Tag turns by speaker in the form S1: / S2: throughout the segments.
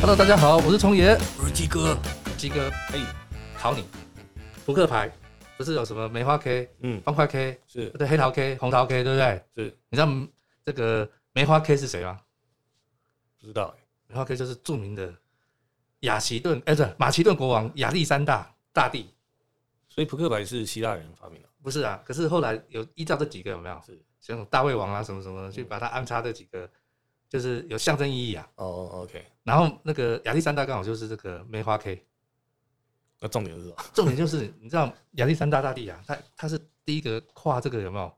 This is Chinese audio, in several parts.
S1: Hello，大家好，我是虫爷，
S2: 我是鸡哥，
S1: 鸡哥，哎，考你，扑克牌不是有什么梅花 K、
S2: 嗯，
S1: 方块 K，
S2: 是
S1: 对，黑桃 K、红桃 K，对不对？
S2: 是，
S1: 你知道嗯这个梅花 K 是谁吗？
S2: 不知道
S1: 梅花 K 就是著名的亚其顿，哎，不是马其顿国王亚历山大大帝，
S2: 所以扑克牌是希腊人发明的，
S1: 不是啊？可是后来有依照这几个有没有？
S2: 是
S1: 像大胃王啊什么什么的，去把它安插这几个，就是有象征意义啊。
S2: 哦，OK，
S1: 然后那个亚历山大刚好就是这个梅花 K，
S2: 那重点是什么？
S1: 重点就是你知道亚历山大大帝啊，他他是第一个跨这个有没有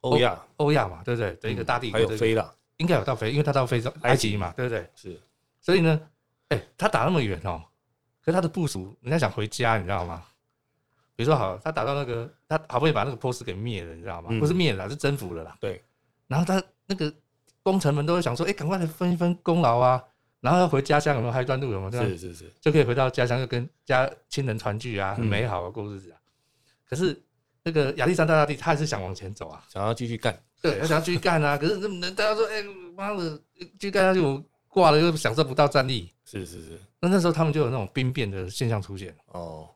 S2: 欧亚
S1: 欧亚嘛，对不对？的一个大帝国，
S2: 嗯还有
S1: 对不对
S2: 菲腊，
S1: 应该有到非，因为他到非洲埃及嘛，对不对？
S2: 是
S1: 所以呢，哎、他打那么远哦，可是他的部署，人家想回家，你知道吗？比如说好，他打到那个，他好不容易把那个波斯给灭了，你知道吗？
S2: 嗯
S1: 不是灭了啦，是征服了啦。
S2: 对，
S1: 然后他那个功臣们都会想说，哎、赶快来分一分功劳啊！然后要回家乡，有没有还有一段路有没有？这样
S2: 是是是，
S1: 就可以回到家乡，就跟家亲人团聚
S2: 嗯
S1: 啊，很美好的过日子啊。可是那个亚历山大大帝，他还是想往前走啊，
S2: 想要继续干，
S1: 对，他想要继续干啊。可 是那么大家说，哎、妈的，继续干下去我挂了又享受不到战力。
S2: 是是是，
S1: 那那时候他们就有那种兵变的现象出现
S2: 哦，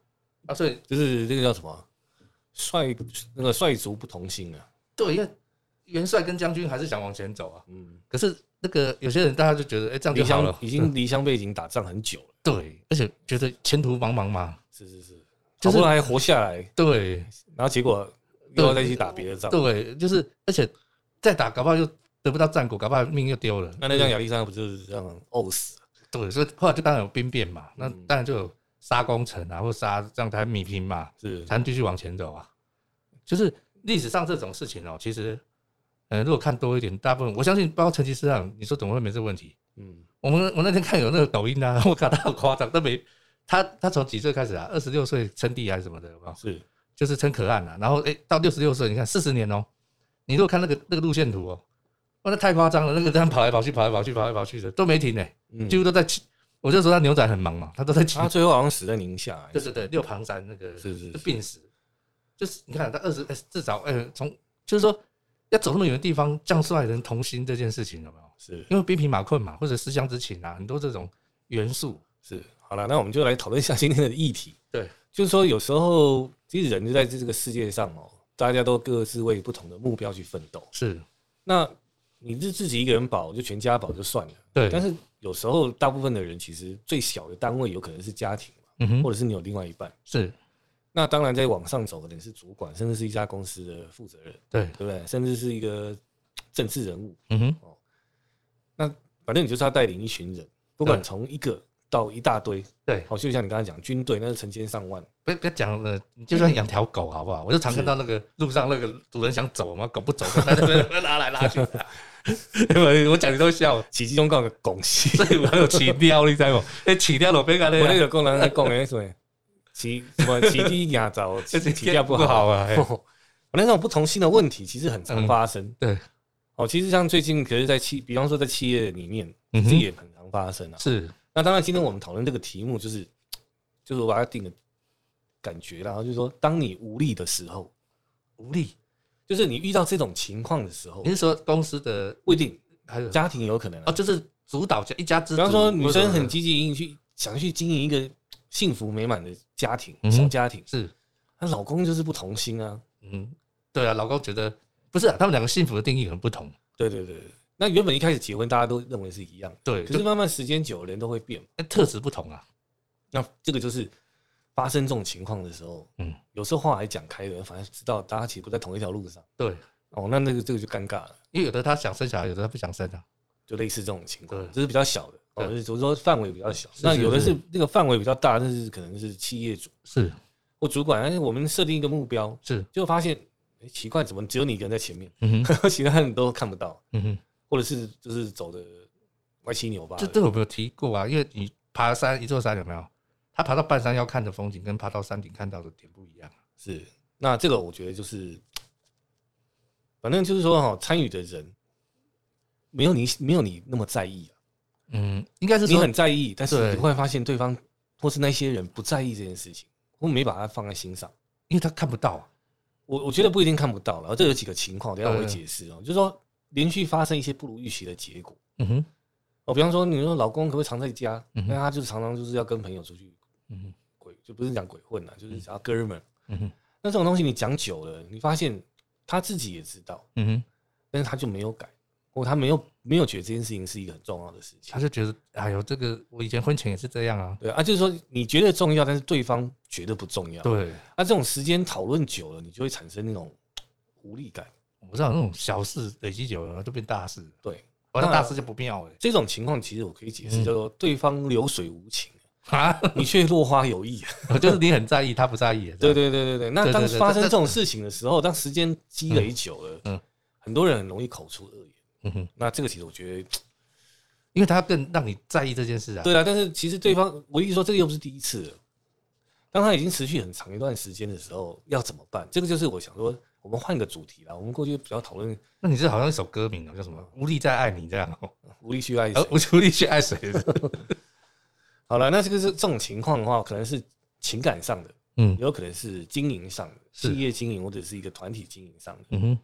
S1: 啊，所以
S2: 就是这个叫什么？帅那个帅族不同心啊，
S1: 对，因为元帅跟将军还是想往前走啊。
S2: 嗯，
S1: 可是那个有些人大家就觉得，哎、这样
S2: 离
S1: 就好了
S2: 乡，已经离乡背井打仗很久了，
S1: 对，而且觉得前途茫茫嘛，
S2: 是是是，
S1: 就
S2: 好
S1: 是
S2: 不容易还活下来，
S1: 对
S2: 然后结果又要再去打别的仗，
S1: 对，就是而且再打，搞不好又得不到战果，搞不好命又丢了。
S2: 那那张亚历山大不就是这样呕哦死？
S1: 对，所以后来就当然有兵变嘛，那
S2: 嗯
S1: 当然就有杀功臣啊，或杀这样才米平嘛，
S2: 是
S1: 才能继续往前走啊。就是历史上这种事情哦、其实，呃，如果看多一点，大部分我相信，包括成吉思汗，你说怎么会没这问题？
S2: 嗯，
S1: 我们我那天看有那个抖音啊，我靠，他好夸张，都没他他从几岁开始啊？二十六岁称帝还是什么的，有没有
S2: 是
S1: 就是称可汗啊。然后哎、到六十六岁，你看四十年哦、你如果看那个那个路线图哦、哇，那太夸张了，那个这样跑来跑去，跑来跑去，跑来跑去的都没停呢、
S2: 嗯
S1: 几，乎都在骑。我就说他牛仔很忙嘛，他都在骑。
S2: 他最后好像死在宁夏，哎
S1: 对对对，六盘山那个
S2: 是是
S1: 就是病死，就是你看他二十、哎至少呃从就是说要走那么远的地方，将帅人同心这件事情有没有？
S2: 是。
S1: 因为兵疲马困嘛，或者思乡之情啊，很多这种元素。
S2: 是，好了，那我们就来讨论一下今天的议题。
S1: 对，
S2: 就是说有时候其实人就在这个世界上哦，大家都各自为不同的目标去奋斗。
S1: 是，
S2: 那你是自己一个人保，就全家保就算了。
S1: 对，
S2: 但是有时候大部分的人其实最小的单位有可能是家庭嘛，
S1: 嗯哼，
S2: 或者是你有另外一半。
S1: 是
S2: 那当然再往上走，可能是主管，甚至是一家公司的负责人，
S1: 对，
S2: 对不对？甚至是一个政治人物。
S1: 嗯哼，
S2: 那反正你就是要带领一群人，不管
S1: 对
S2: 从一个到一大堆。
S1: 对，
S2: 好，就像你刚才讲军队，那是成千上万。
S1: 不要不要讲了，你就算养条狗好不好？我就常看到那个路上那个主人想走嘛，狗不 走，在那边拉来拉去，我讲你都笑了。
S2: 起鸡中讲个拱戏，
S1: 所以我有起掉，你知 无？哎，起掉了，别个
S2: 我那
S1: 咧，
S2: 个工人在讲的什么起什么起鸡牙 早，起起掉不
S1: 不好
S2: 好。
S1: 啊。嗯哎
S2: 我那种不同心的问题其实很常发生。
S1: 对，
S2: 哦，其实像最近可是，在企，比方说在企业里面，
S1: 嗯
S2: 其实
S1: 哼，
S2: 也很常发生啊。
S1: 是，
S2: 那当然，今天我们讨论这个题目，就是就是我把它定的感觉啦，然后就是说，当你无力的时候，
S1: 无力。
S2: 就是你遇到这种情况的时候
S1: 你，是说公司的
S2: 不一定
S1: 还有
S2: 家庭有可能啊
S1: 哦，。就是主导家一家之
S2: 比
S1: 主，
S2: 方说，女生很积极地去想去经营一个幸福美满的家庭，
S1: 嗯哼
S2: 小家庭。
S1: 是，
S2: 她老公就是不同心啊。
S1: 嗯，对啊，老公觉得不是、啊，他们两个幸福的定义很不同，
S2: 对对对，对那原本一开始结婚大家都认为是一样，
S1: 对，
S2: 可是
S1: 就哎
S2: 慢慢时间久了人都会变嘛。
S1: 特质不同啊，
S2: 那这个就是发生这种情况的时候，
S1: 嗯
S2: 嗯，有时候话还讲开了，反正知道大家其实不在同一条路上。
S1: 对，
S2: 哦，那那个这个就尴尬了，
S1: 因为有的他想生小孩，有的他不想生啊，
S2: 就类似这种情况
S1: 对，
S2: 这是比较小的。哦，
S1: 对
S2: 就是说范围比较小，
S1: 是
S2: 那
S1: 是
S2: 有的
S1: 是
S2: 是那个范围比较大，但是可能是企业主
S1: 是
S2: 或主管。但哎是我们设定一个目标，
S1: 是，
S2: 就发现、诶奇怪，怎么只有你一个人在前面，
S1: 嗯哼，
S2: 其他人都看不到，
S1: 嗯哼，
S2: 或者是就是走的歪七扭八的。
S1: 这这有没有提过啊？因为你爬山一座山有没有？他爬到半山腰看的风景，跟爬到山顶看到的点不一样啊、
S2: 是，那这个我觉得就是，反正就是说哈、参与的人没有你没有你那么在意、啊、
S1: 嗯，应该是
S2: 你
S1: 说
S2: 很在意，但是
S1: 对
S2: 你会发现对方或是那些人不在意这件事情，或没把它放在心上。
S1: 因为他看不到、啊，
S2: 我我觉得不一定看不到了，这有几个情况，等一下我会
S1: 对
S2: 解释哦、就是说，连续发生一些不如预期的结果，
S1: 嗯哼，
S2: 哦，比方说你说老公可不可以常在家？
S1: 嗯哼
S2: 那他就是常常就是要跟朋友出去
S1: 嗯哼
S2: 鬼，就不是讲鬼混了，就是想要哥们儿。
S1: 嗯哼
S2: 那这种东西你讲久了，你发现他自己也知道，
S1: 嗯哼，
S2: 但是他就没有改，或他没有没有觉得这件事情是一个很重要的事情
S1: 他。就觉得哎呦，这个我以前婚前也是这样啊，
S2: 对啊，就是说你觉得重要，但是对方觉得不重要。
S1: 对，
S2: 那、这种时间讨论久了，你就会产生那种无力感。
S1: 我知道那种小事累积久了就变大事，
S2: 对，
S1: 完
S2: 那
S1: 了大事就不妙 了
S2: 这种情况其实我可以解释，
S1: 嗯
S2: 叫做对方流水无情，
S1: 啊，
S2: 你却落花有意。
S1: 就是你很在意，他不在意，
S2: 对
S1: 对，
S2: 对对对对。那
S1: 对对
S2: 当
S1: 对
S2: 发
S1: 这
S2: 生这种事情的时候，当时间积累久了，
S1: 嗯
S2: 很多人很容易口出恶言。
S1: 嗯哼，
S2: 那这个其实我觉得
S1: 因为他更让你在意这件事啊，
S2: 对啊，但是其实对方，我一说这个又不是第一次了。当他已经持续很长一段时间的时候，要怎么办？这个就是我想说，我们换个主题啦。我们过去比较讨论
S1: 那你这好像一首歌名啊，叫什么？无力再爱你这样哦，
S2: 无力去爱谁
S1: 呃，无无力去爱谁？
S2: 好了，那这个是这种情况的话，可能是情感上的，
S1: 嗯
S2: 也有可能是经营上的，
S1: 是
S2: 企业经营或者是一个团体经营上的。
S1: 嗯哼，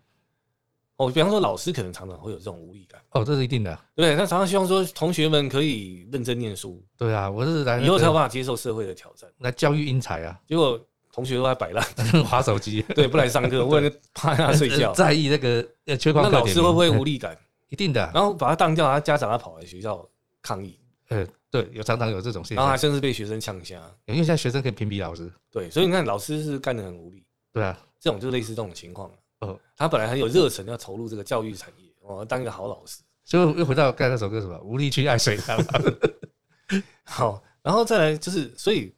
S2: 哦，比方说老师可能常常会有这种无力感，
S1: 哦，这是一定的，
S2: 对不对？那常常希望说同学们可以认真念书，
S1: 对啊，我是来那
S2: 以后才有
S1: 个
S2: 办法接受社会的挑战。
S1: 来教育英才 啊，
S2: 结果同学都在摆烂，
S1: 划手 机，。
S2: 对，不来上课，或者趴在那睡觉
S1: 在意那个呃缺
S2: 那
S1: 矿课
S2: 老
S1: 点
S2: 师
S1: 名
S2: 会不会无力感？
S1: 一定的啊，
S2: 然后把他当掉，他家长他跑来学校抗议，
S1: 呃，对，有常常有这种现
S2: 然后还
S1: 象，
S2: 甚至被学生呛下。
S1: 因为现在学生可以评比老师，
S2: 对，所以你看老师是干得很无力，
S1: 对啊，
S2: 这种就类似这种情况。
S1: 哦，
S2: 他本来很有热忱要投入这个教育产业，我要当一个好老师。
S1: 所以又回到刚才那首歌什么无力去爱 谁这样
S2: 好，然后再来就是，所以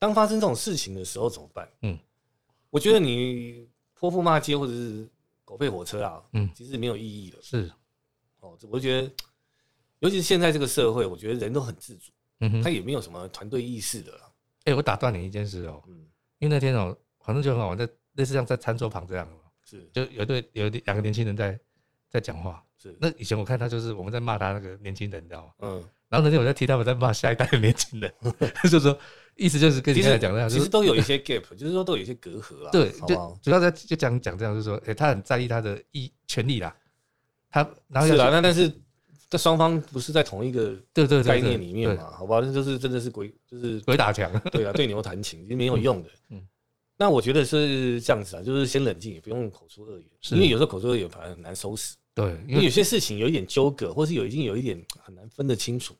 S2: 当发生这种事情的时候怎么办？
S1: 嗯，
S2: 我觉得你泼妇骂街或者是狗吠火车啊，
S1: 嗯
S2: 其实没有意义的。
S1: 是，
S2: 哦，我觉得，尤其是现在这个社会，我觉得人都很自主，
S1: 嗯哼，
S2: 他
S1: 哎、
S2: 也没有什么团队意识的啦。
S1: 我打断你一件事哦、
S2: 嗯，
S1: 因为那天哦、反正就很好玩，在类似像在餐桌旁这样，
S2: 是
S1: 就有一对有两个年轻人在在讲话。
S2: 是，
S1: 那以前我看他就是我们在骂他那个年轻人，你知道吗？
S2: 嗯，
S1: 然后那天我在听他们在骂下一代的年轻人， 就说意思就是跟 你
S2: 其
S1: 刚才
S2: 实
S1: 讲的那样，
S2: 其
S1: 就
S2: 实
S1: 是
S2: 都有一些 gap，就是 说都有一些隔阂啦。
S1: 对，
S2: 好不好
S1: 就？主要在就讲讲这样，就是说，哎、他很在意他的意权利啦，他然后
S2: 是
S1: 要
S2: 啦，那但是这双方不是在同一个
S1: 对对对
S2: 概
S1: 对
S2: 念里面
S1: 对
S2: 嘛，好吧？那就是真的是鬼，就是
S1: 鬼打墙，
S2: 对啊，对牛弹琴其实没有用的。
S1: 嗯
S2: 那我觉得是这样子啊，就是先冷静，也不用口出恶言，
S1: 是
S2: 因为有时候口出恶言反而很难收拾，
S1: 对，
S2: 因
S1: 因
S2: 为
S1: 为
S2: 有些事情有一点纠葛，或是有已经有一点很难分得清楚。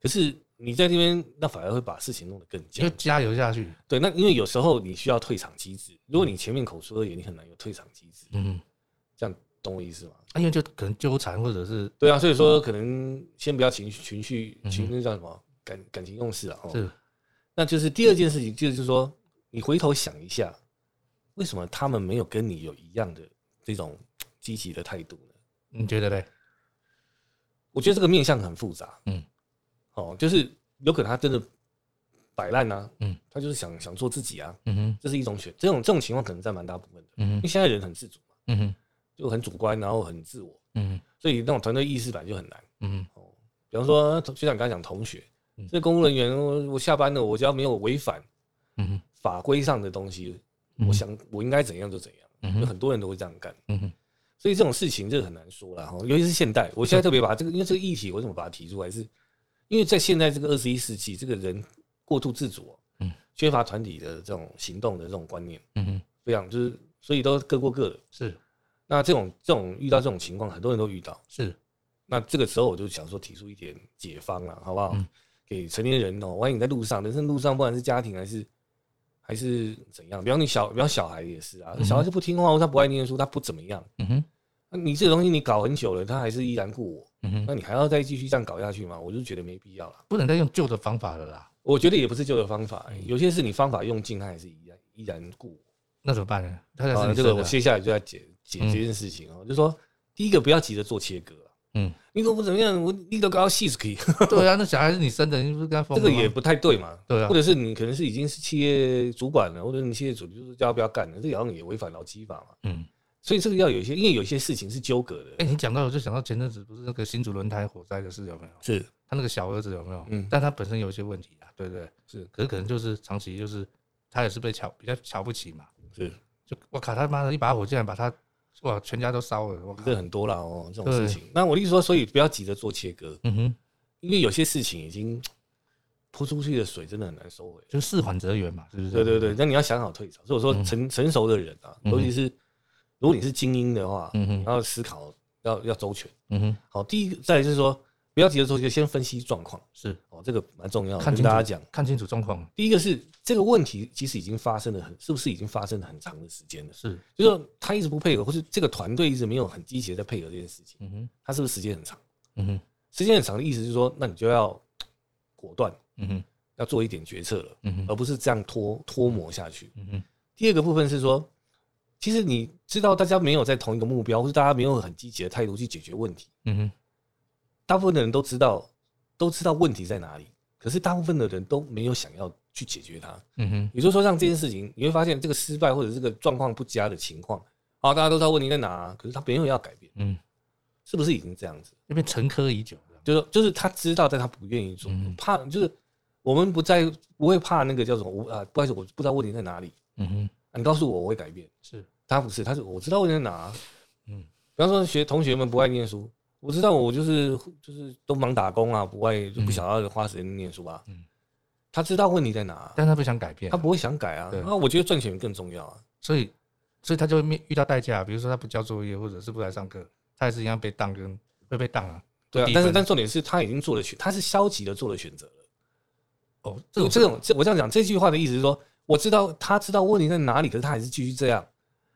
S2: 可是你在这边，那反而会把事情弄得更
S1: 就
S2: 僵。
S1: 加油下去，
S2: 对，那因为有时候你需要退场机制，如果你前面口出恶言，你很难有退场机制。
S1: 嗯，
S2: 这样懂我意思吗？
S1: 啊因为就可能纠缠或者是
S2: 对啊，所以说
S1: 嗯
S2: 可能先不要情绪情绪情绪叫什么感感情用事啊。哦，
S1: 是
S2: 那就是第二件事情，就是说你回头想一下，为什么他们没有跟你有一样的这种积极的态度呢？
S1: 你觉得嘞？
S2: 我觉得这个面向很复杂。
S1: 嗯，
S2: 哦，就是有可能他真的摆烂啊，
S1: 嗯，
S2: 他就是想想做自己啊，
S1: 嗯哼，
S2: 这是一种选这种这种情况可能占蛮大部分的，
S1: 嗯
S2: 因为
S1: 哼，
S2: 现在人很自主嘛，
S1: 嗯哼，
S2: 就很主观，然后很自我，
S1: 嗯哼，
S2: 所以那种团队意识本来就很难。
S1: 嗯哼，
S2: 哦，比方说，就像你刚才讲同学
S1: 嗯，
S2: 这公务人员，我我下班了，我只要没有违反
S1: 嗯哼，
S2: 法规上的东西，
S1: 嗯
S2: 我想我应该怎样就怎
S1: 嗯
S2: 样，
S1: 哼
S2: 有很多人都会这样干，
S1: 嗯哼，
S2: 所以这种事情这个很难说了哈。尤其是现代，我现在特别把 这个，因为这个议题，我怎么把它提出来是，因为在现在这个二十一世纪，这个人过度自主、
S1: 嗯
S2: 缺乏团体的这种行动的这种观念，
S1: 嗯哼，
S2: 非常就是，所以都各过各的。
S1: 是
S2: 那这种这种遇到这种情况，很多人都遇到。
S1: 是，
S2: 那这个时候我就想说提出一点解方了，好不好？
S1: 嗯
S2: 给成年人哦、万一你在路上，人生路上，不管是家庭还是还是怎样，比方你小，比方小孩也是啊，
S1: 嗯
S2: 小孩就不听话，或他不爱念书，他不怎么样。
S1: 嗯哼，
S2: 那你这个东西你搞很久了，他还是依然故我，
S1: 嗯哼，
S2: 那你还要再继续这样搞下去吗？我就觉得没必要了。
S1: 不能再用旧的方法了啦，
S2: 我觉得也不是旧的方法，
S1: 嗯
S2: 有些事你方法用尽，他还是依然依然故我。
S1: 那怎么办呢？他才
S2: 好，
S1: 是
S2: 啊
S1: 这
S2: 这个
S1: 个
S2: 我接下来就要解
S1: 嗯
S2: 解这件事情哦、就说第一个不要急着做切割、啊，
S1: 嗯，
S2: 你怎么怎么样，我你都搞到细死可以。
S1: 对啊，那小孩是你生的，你不是跟他疯
S2: 这
S1: 了
S2: 个
S1: 吗
S2: 也不太对嘛。
S1: 对啊
S2: 或者是你可能是已经是企业主管了，或者你企业主就是叫他不要干了，这好像也违反劳基法嘛。
S1: 嗯，
S2: 所以这个要有一些，因为有些事情是纠葛的。
S1: 哎，你讲到我就想到前阵子不是那个新竹轮胎火灾的事有没有？
S2: 是
S1: 他那个小儿子有没有？
S2: 嗯
S1: 但他本身有一些问题啊，对不对？
S2: 是
S1: 可是可能就是长期就是他也是被瞧比较瞧不起嘛，
S2: 是，
S1: 就我靠他妈的一把火竟然把他哇全家都烧了，我靠
S2: 这，很多啦哦，这种
S1: 对
S2: 事情。那我的意思说，所以不要急着做切割，
S1: 嗯哼，
S2: 因为有些事情已经泼出去的水真的很难收回。
S1: 就是事缓则圆嘛，是不是？
S2: 对对对，那你要想好退潮。所以我说成成熟的人啊，
S1: 嗯
S2: 尤其是如果你是精英的话，
S1: 嗯
S2: 你
S1: 哼，
S2: 要思考要要周全。
S1: 嗯哼，
S2: 好，第一个再来就是说，不要急着做，就先分析状况。
S1: 是
S2: 哦，这个蛮重要的，
S1: 看
S2: 跟
S1: 清楚
S2: 大家讲。
S1: 看清楚状况，
S2: 第一个是这个问题其实已经发生了很，是不是已经发生了很长的时间了？
S1: 是，
S2: 就是说他一直不配合，或是这个团队一直没有很积极的在配合这件事情，
S1: 嗯哼，
S2: 他是不是时间很长？
S1: 嗯哼，
S2: 时间很长的意思就是说，那你就要果断，
S1: 嗯哼，
S2: 要做一点决策了，
S1: 嗯
S2: 而
S1: 哼，
S2: 不是这样拖拖磨下去。
S1: 嗯哼，
S2: 第二个部分是说，其实你知道大家没有在同一个目标，或是大家没有很积极的态度去解决问题，
S1: 嗯哼，
S2: 大部分的人都知道都知道问题在哪里，可是大部分的人都没有想要去解决它。
S1: 嗯哼，
S2: 也就是说，让这件事情，你会发现这个失败或者这个状况不佳的情况，啊，大家都知道问题在哪、可是他没有要改变，
S1: 嗯，
S2: 是不是已经这样子？
S1: 这边沉疴已久，
S2: 就是就是他知道，但他不愿意做
S1: 嗯，
S2: 怕就是我们不在不会怕那个叫什么，我啊，不好意思，我不知道问题在哪里，
S1: 嗯哼，
S2: 啊你告诉我我会改变。
S1: 是，
S2: 他不是，他是我知道问题在哪、
S1: 嗯
S2: 嗯，比方说学同学们不爱念书，我知道我就是就是都忙打工啊，不爱就不想要花时间念书啊。
S1: 嗯
S2: 他知道问题在哪、啊
S1: 但他不想改变
S2: 他，不会想改啊
S1: 对。
S2: 那我觉得赚钱更重要啊。
S1: 所以，所以他就会面遇到代价，比如说他不交作业，或者是不来上课，他还是一样被当跟会被当啊。
S2: 对啊
S1: 低，
S2: 但是
S1: 分
S2: 但重点是他已经做了选，他是消极的做了选择了。
S1: 哦， 这
S2: 这
S1: 种
S2: 这种这我这样讲这句话的意思是说，我知道他知道问题在哪里，可是他还是继续这样，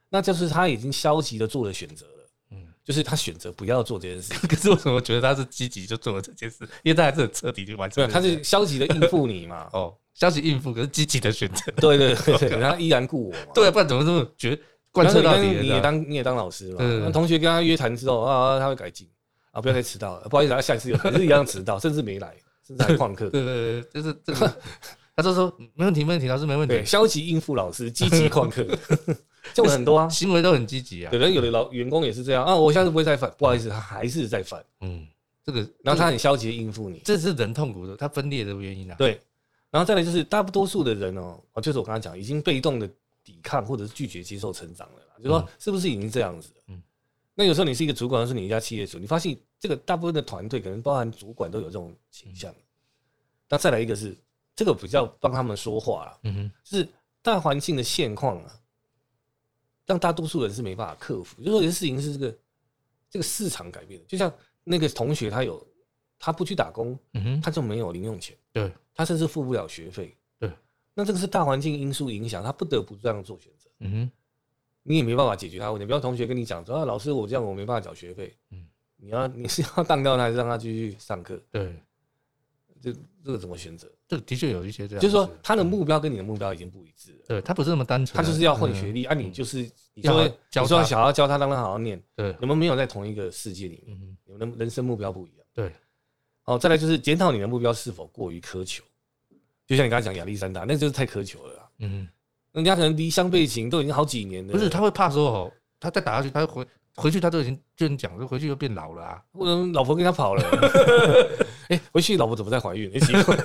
S2: 那就是他已经消极的做了选择了。
S1: 嗯
S2: 嗯，就是他选择不要做这件事情，
S1: 可是为什么我觉得他是积极就做了这件事？因为他还是很彻底就完成
S2: 对，
S1: 了。。
S2: 他是消极的应付你嘛
S1: 哦，消极应付，可是积极的选择。
S2: 对对 对对，然后依然顾我嘛。
S1: 对啊，不然怎么这么绝贯
S2: 哦然
S1: 彻
S2: 后你
S1: 到
S2: 但
S1: 底
S2: 是
S1: 的？
S2: 你也当你也当老师嘛，
S1: 对
S2: 那同学跟他约谈之后啊，他会改进啊，不要再迟到了，不好意思，他下 一次又还是一样迟到，甚至没来，甚至还旷课。
S1: 对对对，就是这 个。他就说嗯没问题，没问题，老师没问
S2: 对，
S1: 题，
S2: 消极应付老师，积极 旷课，这种人很多啊。
S1: 行为都很积极啊
S2: 有。的有的老员工也是这样啊，我下次不会再犯，不好意思，他还是在犯，
S1: 嗯，这个，
S2: 然后他很消极的应付你。
S1: 这是人痛苦的，他分裂的原因啊。
S2: 对，然后再来就是大多数的人哦，啊就是我刚刚讲，已经被动的抵抗或者是拒绝接受成长了啦，就说是不是已经这样子了？
S1: 嗯
S2: 嗯，那有时候你是一个主管，或是你一家企业主，你发现这个大部分的团队可能包含主管都有这种倾向。那再来一个是这个比较帮他们说话啦，
S1: 嗯哼，
S2: 就是大环境的现况啊，让大多数人是没办法克服。就说有些事情是这个这个市场改变的，就像那个同学他有他不去打工，
S1: 嗯哼，
S2: 他就没有零用钱。
S1: 对，
S2: 他甚至付不了学费。
S1: 对，
S2: 那这个是大环境因素影响，他不得不这样做选择。
S1: 嗯哼，
S2: 你也没办法解决他的问题。比方同学跟你讲说啊，老师，我这样我没办法缴学费。
S1: 嗯
S2: 嗯， 你要你是要当掉他，还是让他继续上课？
S1: 对，
S2: 这这个怎么选择？
S1: 这的确有一些这样子。嗯
S2: 就是说他的目标跟你的目标已经不一致了。
S1: 对他不是那么单纯
S2: 他
S1: 啊，
S2: 就是要混
S1: 嗯
S2: 学历，啊，你就是你
S1: 要
S2: 说
S1: 教
S2: 你说
S1: 他
S2: 想要教他，让他好好念，
S1: 对，
S2: 你们没有在同一个世界里面，
S1: 嗯哼，
S2: 你们的人生目标不一样。
S1: 对，
S2: 哦，再来就是检讨你的目标是否过于苛求，就像你刚才讲亚历山大，那就是太苛求了啦。
S1: 嗯哼。
S2: 人家可能离乡背井都已经好几年了，
S1: 不是，他会怕说哦，他再打下去，他回回去他都已经就你讲说回去又变老了啊，
S2: 或者老婆跟他跑了， 哎、回去老婆怎么在怀孕？哎、奇怪，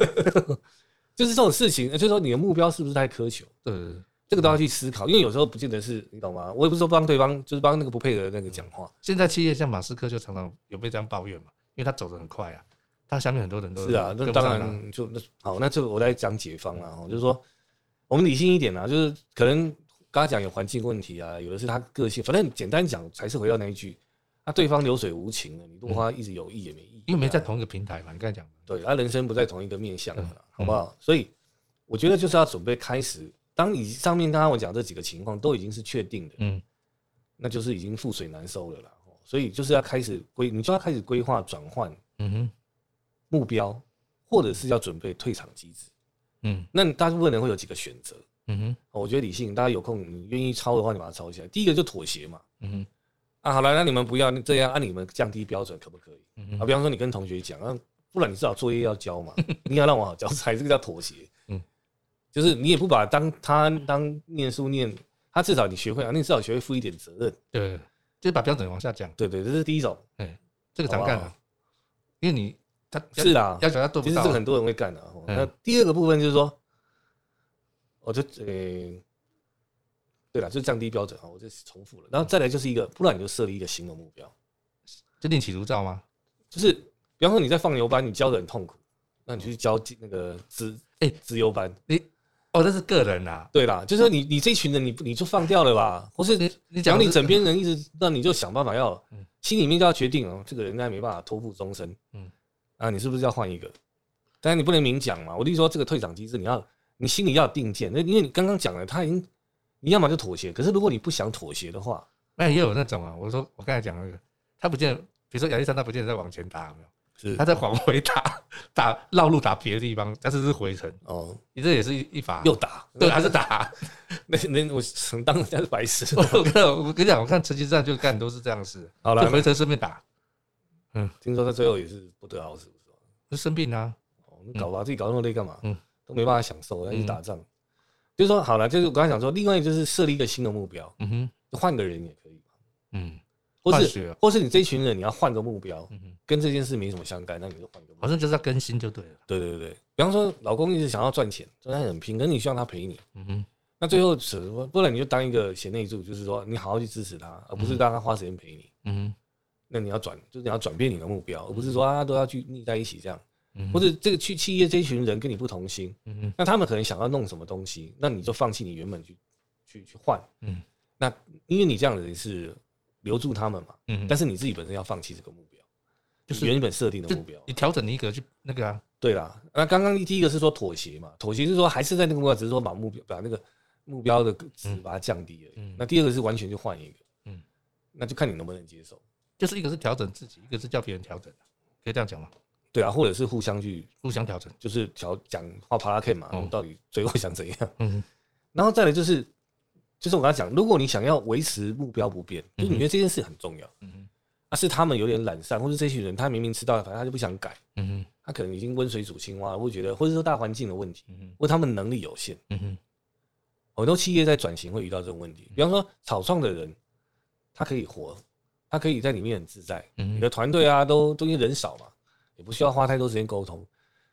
S2: 就是这种事情，就是说你的目标是不是太苛求，
S1: 对对对，
S2: 这个都要去思考，因为有时候不见得是你懂吗？我也不是说帮对方，就是帮那个不配合的那个讲话，
S1: 现在企业像马斯克就常常有被这样抱怨嘛，因为他走得很快啊，他下面很多人都
S2: 是啊，
S1: 呃
S2: 那
S1: 跟不
S2: 当
S1: 上他
S2: 然就那好，那这个我在讲解放啊，哦就是说我们理性一点啊，就是可能刚刚讲有环境问题啊，有的是他个性，反正简单讲还是回到那一句，那、对方流水无情了，你落花一直有意也没意义啊、
S1: 嗯因为没在同一个平台嘛，你刚才讲的，
S2: 对，啊他人生不在同一个面向了啦，
S1: 嗯
S2: 好不好？所以我觉得就是要准备开始。当以上面刚刚我讲这几个情况都已经是确定的，
S1: 嗯
S2: 那就是已经覆水难收了啦。哦所以就是要开始规，你就要开始规划转换
S1: 嗯哼
S2: 目标，或者是要准备退场机制。
S1: 嗯
S2: 那你大部分人会有几个选择，
S1: 嗯哼
S2: 哦我觉得理性，大家有空你愿意抄的话，你把它抄起来。第一个就妥协嘛，
S1: 嗯哼
S2: 啊，好了，那你们不要这样，按、你们降低标准可不可以？
S1: 嗯
S2: 啊，
S1: 哼
S2: 比方说你跟同学讲，啊，不然你至少作业要交嘛， 你要让我好交差，这个叫妥协。
S1: 嗯
S2: 嗯，就是你也不把当他当念书念，他至少你学会啊，你至少学会负一点责任。
S1: 对，就是把标准往下降，
S2: 对对，这是第一种，
S1: 这个常干的，因为你他的，
S2: 是啦，
S1: 要求他做不
S2: 其实
S1: 到
S2: 这个
S1: 啊，
S2: 很多人会干的、哦
S1: 嗯
S2: 那第二个部分就是说，我就呃，对了，就降低标准啊，我就重复了。然后再来就是一个，不然你就设立一个新的目标，
S1: 就另起炉灶吗？
S2: 就是比方说你在放牛班，你教的很痛苦，那你去教那个资
S1: 哎
S2: 资优班，
S1: 哦，这是个人呐、
S2: 对啦，就是说你你这群人你不你就放掉了吧，或是
S1: 你你
S2: 讲
S1: 讲
S2: 你
S1: 是
S2: 枕边人一直，那你就想办法要
S1: 嗯，
S2: 心里面就要决定哦，这个人家没办法托付终身，嗯
S1: 嗯，
S2: 啊，你是不是要换一个？但你不能明讲嘛，我就说这个退场机制，你要你心里要有定见，那因为你刚刚讲了，他已经你要么就妥协，可是如果你不想妥协的话，
S1: 那也有那种啊，我说我刚才讲那个，他不见得，比如说亚历山大不见得在往前打，有没有？
S2: 是
S1: 他在往回打， 打绕路打别的地方，但是是回程，
S2: 哦
S1: 你这也是一一法。
S2: 又打，
S1: 对，还是打。
S2: 那那我承当人家是白痴，
S1: 我跟我跟你讲，我看成吉思汗就干都是这样子，
S2: 好
S1: 就
S2: 了，
S1: 回程顺便打，
S2: 听说他最后也是不得好死，不是吗
S1: 就生病啊。
S2: 哦，你搞把自己搞那么累干嘛？
S1: 嗯
S2: 都没办法享受，要去打仗。就是说好了，就是我刚才讲说，另外就是设立一个新的目标，
S1: 嗯哼，
S2: 换个人也可以，
S1: 嗯，
S2: 或
S1: 换
S2: 是
S1: 血，
S2: 或是你这一群人你要换个目标，
S1: 嗯哼，
S2: 跟这件事没什么相干，那你就换个目
S1: 好
S2: 标。
S1: 像就是要更新就对了。
S2: 对对对，比方说老公一直想要赚钱，赚钱很拼，可是你希望他陪你，
S1: 嗯哼，
S2: 那最后舍不不然你就当一个贤内助，就是说你好好去支持他，而不是让他花时间陪你。
S1: 嗯哼
S2: 那你要转，就是你要转变你的目标，而不是说啊都要去腻在一起这样，
S1: 嗯哼，
S2: 或者这个去企业这一群人跟你不同心，
S1: 嗯哼，
S2: 那他们可能想要弄什么东西，那你就放弃你原本去去去换，
S1: 嗯
S2: 那因为你这样的人是留住他们嘛，
S1: 嗯哼，
S2: 但是你自己本身要放弃这个目标，就
S1: 就是是
S2: 原本设定的目标
S1: 就。你调整你一个去那个啊，
S2: 对啦，那刚刚第一个是说妥协嘛，妥协是说还是在那个目标，只是说把目标把那个目标的值把它降低而已。
S1: 嗯
S2: 那第二个是完全就换一个，嗯
S1: 嗯，
S2: 那就看你能不能接受。
S1: 就是一个是调整自己，一个是叫别人调整啊，可以这样讲吗？
S2: 对啊，或者是互相去
S1: 互相调整。
S2: 就是调讲话 p a r a k 嘛，
S1: 嗯
S2: 你到底最后想怎样？
S1: 嗯哼。
S2: 然后再来就是，就是我刚才讲，如果你想要维持目标不变，就是你
S1: 嗯
S2: 觉得这件事很重要，
S1: 嗯哼
S2: 那、是他们有点懒散，或是这群人他明明知道，反正他就不想改，
S1: 嗯哼
S2: 他可能已经温水煮青蛙了，会觉得，或者说大环境的问题，
S1: 嗯哼
S2: 或他们能力有限，
S1: 嗯哼
S2: 很多企业在转型会遇到这种问题。比方说草创的人，他可以活，他可以在里面很自在，
S1: 嗯
S2: 你
S1: 哼
S2: 的团队啊都都因为人少嘛，也不需要花太多时间沟通。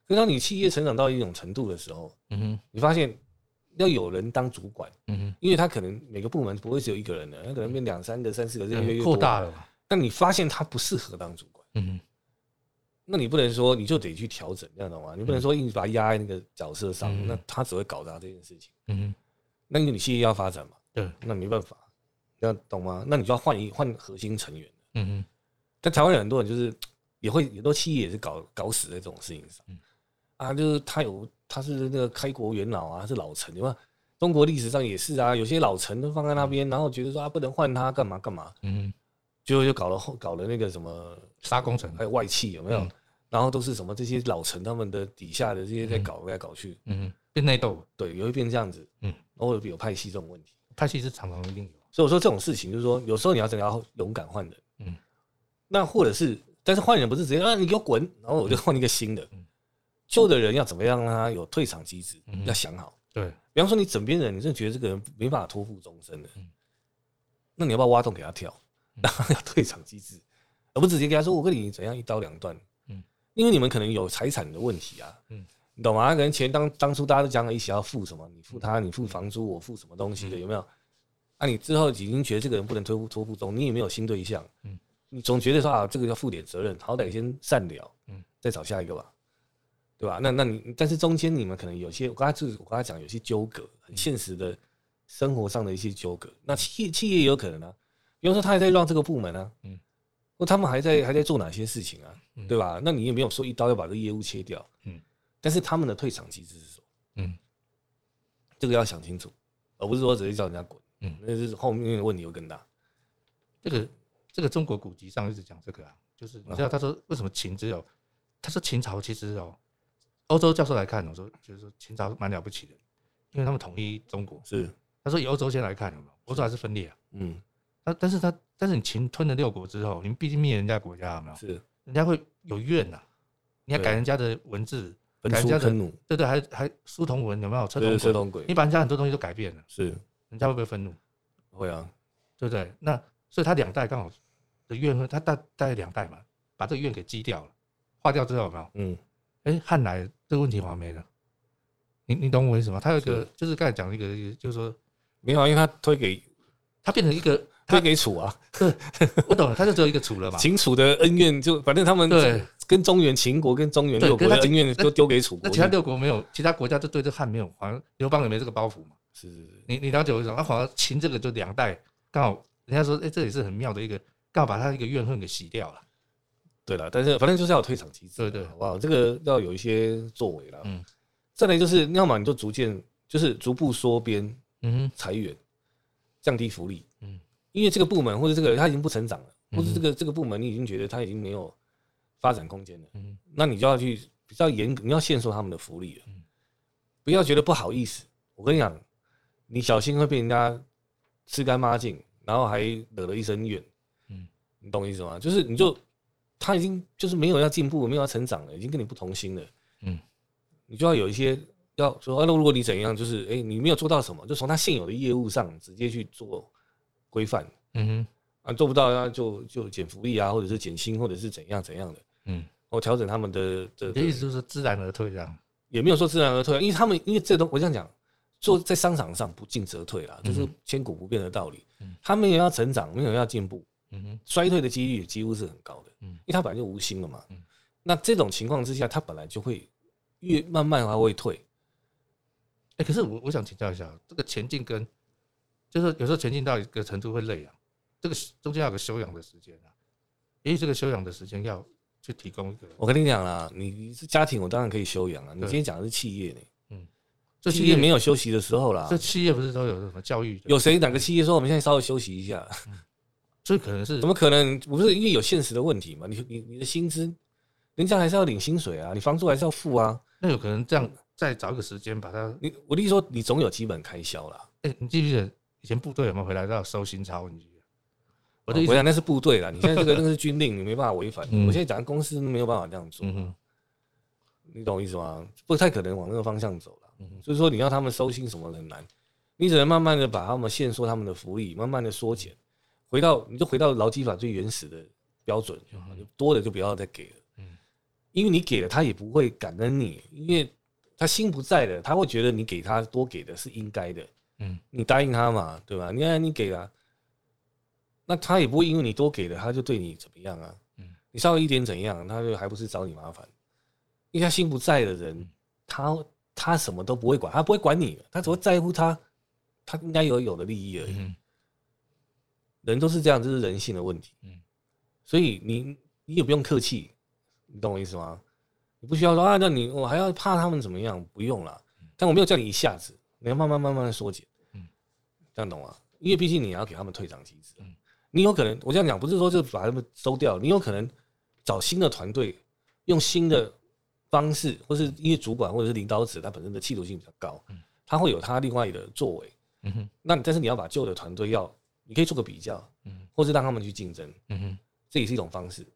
S2: 可是当你企业成长到一种程度的时候，
S1: 嗯哼
S2: 你发现要有人当主管，
S1: 嗯哼
S2: 因为他可能每个部门不会只有一个人的，他可能变两三个、三四个，这越来越
S1: 嗯，
S2: 多
S1: 扩大。了吧？
S2: 但你发现他不适合当主管，
S1: 嗯
S2: 那你不能说你就得去调整，这样懂吗？你不能说一直把他压在那个角色上，
S1: 嗯
S2: 那他只会搞砸这件事情。
S1: 哼嗯哼，
S2: 那你企业要发展嘛，
S1: 对，
S2: 那没办法，要懂吗？那你就要换一换核心成员。
S1: 嗯哼
S2: 但台湾有很多人就是也会很多企业也是搞搞死在这种事情上，
S1: 嗯
S2: 啊，就是他有他是那个开国元老啊，是老臣，对吧？中国历史上也是啊，有些老臣都放在那边，然后觉得说啊不能换他干嘛干嘛，
S1: 嗯哼，
S2: 结果就搞了后搞了那个什么，
S1: 杀工程
S2: 还，有外戚有没有？
S1: 嗯
S2: 然后都是什么这些老臣他们的底下的这些在搞来搞去，
S1: 嗯哼，变内斗，
S2: 对，也会变这样子，
S1: 嗯，
S2: 偶尔有派系这种问题。
S1: 拍戏是常常一定有，
S2: 所以我说这种事情，就是说有时候你要真的要勇敢换人，嗯
S1: 嗯，
S2: 那或者是，但是换人不是直接啊你给我滚，然后我就换一个新的
S1: 嗯，
S2: 旧的人要怎么样让他有退场机制，
S1: 嗯
S2: 要想好。
S1: 对，
S2: 比方说你枕边人，你真的觉得这个人没办法托付终身的
S1: 嗯，
S2: 那你要不要挖洞给他跳， 让他有退场机制，而不直接跟他说我跟你怎样一刀两断，嗯
S1: 嗯，
S2: 因为你们可能有财产的问题啊，嗯
S1: 嗯。
S2: 你懂吗？可能钱当当初大家都讲了一起要付什么，你付他，
S1: 嗯
S2: 你付房租，我付什么东西的，有没有？啊，你之后已经觉得这个人不能推付托付中，你也没有新对象，
S1: 嗯
S2: 你总觉得说啊，这个要负点责任，好歹先善了，
S1: 嗯
S2: 再找下一个吧，对吧？那那你但是中间你们可能有些，我刚才就是我刚才讲有些纠葛，
S1: 嗯
S2: 很现实的生活上的一些纠葛。那企业企业也有可能啊，比方说他还在让这个部门啊，嗯
S1: 嗯，
S2: 或他们还在还在做哪些事情啊，
S1: 嗯
S2: 对吧？那你也没有说一刀要把这个业务切掉，嗯
S1: 嗯，
S2: 但是他们的退场机制是什么？
S1: 嗯
S2: 这个要想清楚，而不是说直接叫人家滚，嗯
S1: 嗯，
S2: 那就是后面的问题会更大。
S1: 这个这个中国古籍上一直讲这个啊，就是你知道他说为什么秦只有，他说秦朝其实哦，欧洲教授来看，我说就是说秦朝蛮了不起的，因为他们统一中国，
S2: 是，
S1: 他说以欧洲先来看有没有，欧洲还是分裂啊，
S2: 嗯，
S1: 那但是他但是你秦吞了六国之后，你们毕竟灭人家国家有没有？
S2: 是
S1: 人家会有怨呐、你要
S2: 对
S1: 改人家的文字，
S2: 焚
S1: 改人
S2: 书
S1: 家的
S2: 坑儒，
S1: 对对，还还书同文有没有？车
S2: 对，
S1: 同
S2: 社
S1: 轨，
S2: 同鬼
S1: 你把人家很多东西都改变了，
S2: 是
S1: 人家会不会愤怒？
S2: 会啊，
S1: 对不对？那所以他两代刚好的怨恨，他大大概两代嘛，把这个怨给激掉了，化掉之后有没有？
S2: 嗯，
S1: 哎，汉来这个问题好像没了。你你懂我意思吗？他有一个
S2: 是
S1: 就是刚才讲的一个，就是说
S2: 没有啊，因为他推给
S1: 他变成一个，
S2: 推
S1: 他
S2: 给楚啊，
S1: 我懂了，他就只有一个楚了嘛。
S2: 秦楚的恩怨就反正他们
S1: 啊对
S2: 跟中原秦国跟中原
S1: 对
S2: 六国
S1: 可是
S2: 的
S1: 他
S2: 恩怨都丢给楚国
S1: 那
S2: 去，
S1: 其他六国没有，其他国家就对这汉没有，好像刘邦也没这个包袱嘛。
S2: 是是是
S1: 你你了解我意思吗？那好像秦这个就两代，刚好人家说，哎、这也是很妙的一个，刚好把他一个怨恨给洗掉了。
S2: 对了，但是反正就是要有退场机制啊，
S1: 对对
S2: 好不好？这个要有一些作为了。
S1: 嗯
S2: 再来就是，要么你就逐渐就是逐步缩编
S1: 嗯
S2: 裁员，降低福利，
S1: 嗯
S2: 因为这个部门或者这个他已经不成长了，
S1: 嗯
S2: 或者这个这个部门你已经觉得他已经没有发展空间了，
S1: 嗯
S2: 那你就要去比较严格，你要限缩他们的福利了
S1: 嗯，
S2: 不要觉得不好意思。我跟你讲，你小心会被人家吃干抹净，然后还惹了一身怨。
S1: 嗯
S2: 你懂我意思吗？就是你就他已经就是没有要进步，没有要成长了，已经跟你不同心了。
S1: 嗯，
S2: 你就要有一些要说，啊那、如果你怎样，就是哎、诶你没有做到什么，就从他现有的业务上直接去做规范
S1: 嗯哼
S2: 啊，做不到啊就就减福利啊，或者是减薪，或者是怎样怎样的，
S1: 嗯，
S2: 我调整他们的的
S1: 你的意思就是自然而退这样。
S2: 也没有说自然而退啊，因为他们因为这东我这样讲，做在商场上不进则退啦，就是千古不变的道理。
S1: 嗯
S2: 他没有要成长，没有要进步，
S1: 嗯哼
S2: 衰退的几率几乎是很高的，
S1: 嗯
S2: 因为他本来就无心了嘛
S1: 嗯。
S2: 那这种情况之下，他本来就会越慢慢还会退，
S1: 哎、可是我我想请教一下，这个前进跟就是有时候前进到一个程度会累啊，这个中间要有个休养的时间啊，也许这个休养的时间要去提供一个，
S2: 我跟你讲啦，你你是家庭，我当然可以休养啊。你今天讲的是企业呢、
S1: 这
S2: 企业没
S1: 有，
S2: 有休息的时候啦
S1: 这。企业不是都有什么教育的，
S2: 有谁哪个企业说我们现在稍微休息一下？
S1: 所以可能是
S2: 怎么可能？不是因为有现实的问题嘛？你你你的薪资，人家还是要领薪水啊，你房租还是要付啊。
S1: 那有可能这样再找一个时间把它，
S2: 你我的意思说，你总有基本开销啦。
S1: 哎、你记不记得以前部队有没有回来要收新钞？你记得？我的意
S2: 我
S1: 思，
S2: 想那是 部队啦，你现在这个那个是军令，你没办法违反。
S1: 嗯
S2: 我现在讲公司没有办法这样做，
S1: 嗯哼，
S2: 你懂我意思吗？不太可能往那个方向走了。
S1: 嗯哼
S2: 所以说你要他们收心什么很难，你只能慢慢的把他们限缩他们的福利，慢慢的缩减，回到你就回到劳基法最原始的标准就好，就多的就不要再给了。
S1: 嗯
S2: 因为你给了他也不会感恩你，因为他心不在了，他会觉得你给他多给的是应该的，
S1: 嗯
S2: 你答应他嘛，对吧？你看你给了，那他也不会因为你多给了，他就对你怎么样啊？
S1: 嗯
S2: 你稍微一点怎样，他就还不是找你麻烦？因为他心不在的
S1: 嗯
S2: 人，他他什么都不会管，他不会管你，他只会在乎他他应该有有的利益而已。
S1: 嗯
S2: 人都是这样，这是人性的问题。
S1: 嗯
S2: 所以你你也不用客气，你懂我意思吗？你不需要说啊，那你我还要怕他们怎么样？不用啦，但我没有叫你一下子，你要慢慢慢慢的缩减，
S1: 嗯
S2: 这样懂吗？因为毕竟你要给他们退场机制
S1: 嗯，
S2: 你有可能我这样讲不是说就把他们收掉，你有可能找新的团队，用新的方式，或是因为主管或者是领导者他本身的企图性比较高，他会有他另外的作为，
S1: 嗯哼
S2: 那你但是你要把旧的团队要，你可以做个比较，
S1: 嗯
S2: 或是让他们去竞争，
S1: 嗯哼
S2: 这也是一种方式，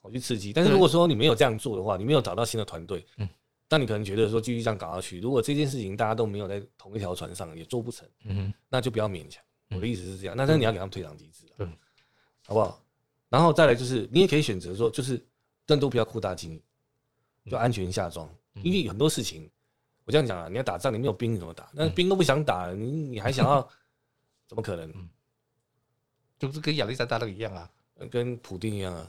S2: 我去刺激。但是如果说你没有这样做的话，你没有找到新的团队，
S1: 嗯
S2: 那你可能觉得说继续这样搞下去，如果这件事情大家都没有在同一条船上，也做不成，
S1: 嗯哼，
S2: 那就不要勉强。
S1: 嗯
S2: 我的意思是这样，那但是你要给他们退场机制、啊，
S1: 对
S2: 好不好？然后再来就是，你也可以选择说，就是更多不要扩大经营，
S1: 嗯
S2: 就安全下庄，因为很多事情，我这样讲啊，你要打仗，你没有兵你怎么
S1: 嗯
S2: 打？那兵都不想打，你你还想 要，怎么可能？
S1: 嗯就是跟亚历山大那个一样啊，
S2: 跟普丁一样 啊，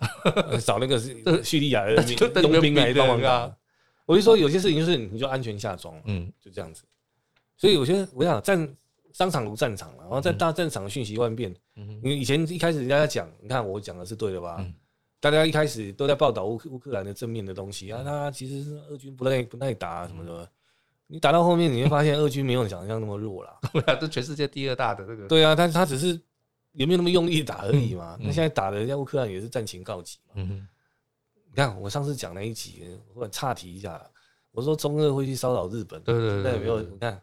S2: 呃找那个是叙利亚的民
S1: 就等
S2: 佣兵
S1: 佣兵
S2: 来帮忙
S1: 对
S2: 打
S1: 啊。
S2: 我就说有些事情就是你就安全下装嘛，啊
S1: 嗯
S2: 就这样子。所以我觉得，我想战商场如战场了，然后在大战场瞬息万变。
S1: 嗯哼
S2: 你以前一开始人家在讲，你看我讲的是对的吧
S1: 嗯？
S2: 大家一开始都在报道乌克乌克兰的正面的东西
S1: 嗯
S2: 啊，那其实是俄军不耐不耐打啊什么的。你打到后面，你会发现俄军没有你想象那么弱 了。
S1: 对啊，这全世界第二大的这个，
S2: 对啊，但是他只是也没有那么用力打而已嘛。
S1: 嗯
S2: 那现在打的人家乌克兰也是战情告急嘛。
S1: 嗯哼
S2: 你看我上次讲那一集，我忽然岔题一下了，我说中二会去骚扰日本，
S1: 对对对
S2: 那有没有？
S1: 对
S2: 你看，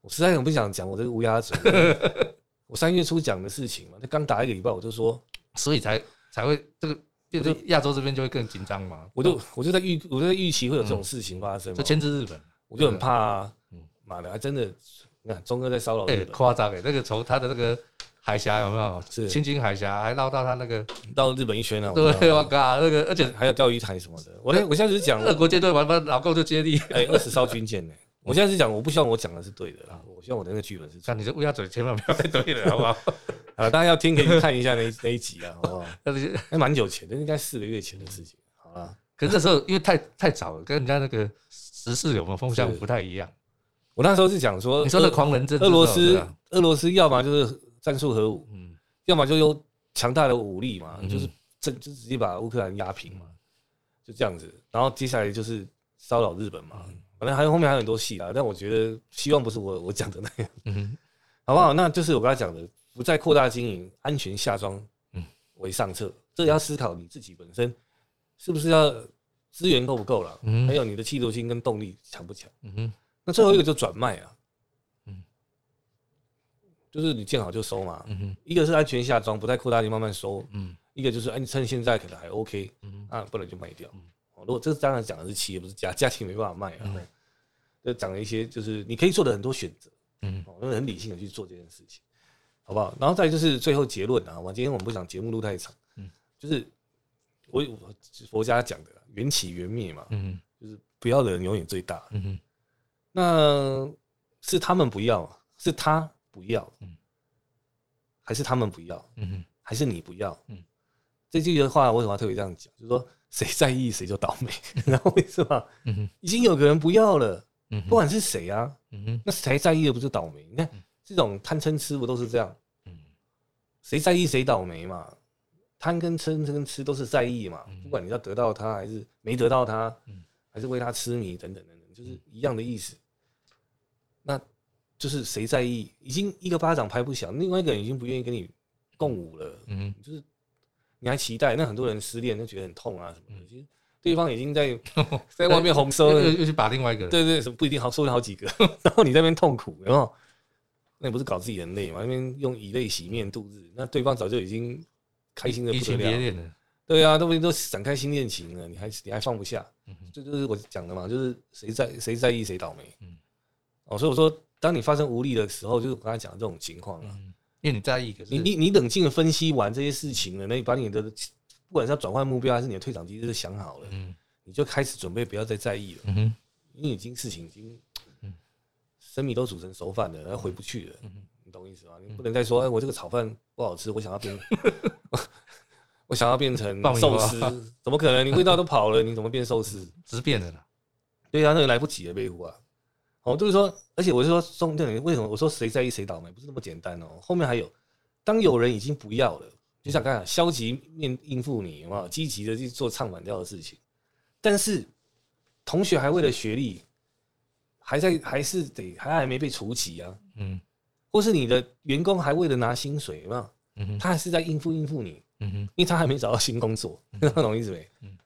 S2: 我实在很不想讲我这个乌鸦嘴。 我三月初讲的事情嘛，那刚打一个礼拜，我就说，
S1: 所以才才会这个变成亚洲这边就会更紧张嘛。
S2: 我就我就在预我就在预期会有这
S1: 嗯
S2: 种事情发生嘛
S1: 就，牵制日本，
S2: 我就很怕啊
S1: 嗯。
S2: 妈的，还真的，你看中二在骚扰
S1: 哎、
S2: 日本，
S1: 夸张哎，那个从他的那个海峡有没有？
S2: 是
S1: 青青海峡还绕到他那个，
S2: 到日本一圈了，我知
S1: 对，
S2: 道
S1: 我靠，那个而且
S2: 还有钓鱼台什么的。我我现在只是讲，
S1: 俄国舰队完完老够就接力，
S2: 哎，二十艘 军舰呢。我现在是讲，我不希望我讲的是对的
S1: 嗯
S2: 啦，我希望我的那个剧本是错的。
S1: 像你这乌鸦嘴千万不要再对了，好不好？
S2: 啊，大家要听可以去看一下那一那一集啊，好不好？
S1: 但是
S2: 还蛮久前的，应该四个月前的事情。好了，
S1: 可是那时候因为太太早了，跟人家那个时事有没有风向
S2: 是
S1: 不太一样。
S2: 我那时候是讲说，
S1: 你说的
S2: 俄
S1: 狂人政治
S2: 俄罗
S1: 对
S2: 斯
S1: 啊，
S2: 俄罗斯要么就是战术核武，
S1: 嗯，
S2: 要么就用强大的武力嘛，
S1: 嗯
S2: 就是这就直接把乌克兰压平嘛，就这样子。然后接下来就是骚扰日本嘛，
S1: 嗯
S2: 反正还有后面还有很多戏啊。但我觉得希望不是我我讲的那样，
S1: 嗯
S2: 好不好？那就是我刚才讲的，不再扩大经营，安全下装
S1: 嗯
S2: 为上策。这个要思考你自己本身是不是要资源够不够了，
S1: 嗯
S2: 还有你的企图心跟动力强不强。
S1: 嗯哼，
S2: 那最后一个就转卖啊，
S1: 嗯
S2: 就是你见好就收嘛。
S1: 嗯哼，
S2: 一个是安全下装，不再扩大，你慢慢收；
S1: 嗯
S2: 一个就是，哎，你趁现在可能还 OK，
S1: 嗯
S2: 啊，不然就卖掉
S1: 嗯。
S2: 哦如果这当然讲的是企业，不是家，家庭没办法卖啊
S1: 嗯。
S2: 就讲了一些，就是你可以做的很多选择，
S1: 嗯
S2: 哦，因为很理性的去做这件事情，好不好？然后再就是最后结论啊，我今天我们不讲节目录太长，
S1: 嗯
S2: 就是我我佛家讲的缘起缘灭嘛，
S1: 嗯
S2: 就是不要的人永远最大。
S1: 嗯哼，
S2: 那是他们不要，是他不要，
S1: 嗯
S2: 还是他们不要，
S1: 嗯哼，
S2: 还是你不要？
S1: 嗯
S2: 这句的话为什么要特别这样讲？就是说谁在意谁就倒霉， 然后为什么
S1: 嗯哼，
S2: 已经有个人不要了，
S1: 嗯
S2: 不
S1: 哼，
S2: 管是谁啊，
S1: 嗯哼，
S2: 那谁在意的不是倒霉？你看
S1: 嗯
S2: 这种贪嗔痴不都是这样？
S1: 嗯
S2: 谁在意谁倒霉嘛？贪跟嗔跟痴都是在意嘛
S1: 嗯，
S2: 不管你要得到它还是没得到它
S1: 嗯，
S2: 还是为它痴迷等等等等，就是一样的意思。那就是谁在意，已经一个巴掌拍不响，另外一个人已经不愿意跟你共舞了，
S1: 嗯哼，
S2: 就是你还期待，那很多人失恋就觉得很痛啊什么
S1: 嗯
S2: 的，其实对方已 经在在外面红烧
S1: 又
S2: 了
S1: 又，又去把另外一个人，
S2: 对对，什么不一定好收了好几个， 然后你在那边痛苦，然后那你不是搞自己人累嘛？那边用以泪洗面度日，那对方早就已经开心的
S1: 移
S2: 不得
S1: 情别
S2: 了，
S1: 恋的，
S2: 对啊，都不都展开新恋情了，你还你还放不下，
S1: 嗯哼
S2: 这就是我讲的嘛，就是谁在谁在意谁倒霉，
S1: 嗯
S2: 哦，所以我说，当你发生无力的时候，就是我刚才讲的这种情况
S1: 嗯
S2: 啊，
S1: 哼，因为你在意，可是
S2: 你你你冷静的分析完这些事情了，那你把你的不管是要转换目标还是你的退场机制都想好了，
S1: 嗯
S2: 你就开始准备不要再在意了。
S1: 嗯哼，
S2: 因为已经事情已经
S1: 嗯，
S2: 生米都煮成熟饭了，然后回不去了，
S1: 嗯哼
S2: 你懂我意思吗？你不能再说，哎，我这个炒饭不好吃，我想 要变，我想要变成
S1: 爆米
S2: 寿
S1: 花
S2: 司，怎么可能？你味道都跑了，你怎么变寿司？
S1: 直变的啦，
S2: 对啊，那个来不及了，被糊啊！哦，就是说，而且我是说，重点为什么我说谁在意谁倒霉，不是那么简单哦。后面还有，当有人已经不要了，就像刚才讲消极面应付你，有没有积极的去做唱反调的事情？但是同学还为了学历，还在还是得还还没被除籍啊，
S1: 嗯
S2: 或是你的员工还为了拿薪水，有没有？
S1: 嗯哼，
S2: 他还是在应付应付你，
S1: 嗯哼，
S2: 因为他还没找到新工作，懂我意思没？
S1: 嗯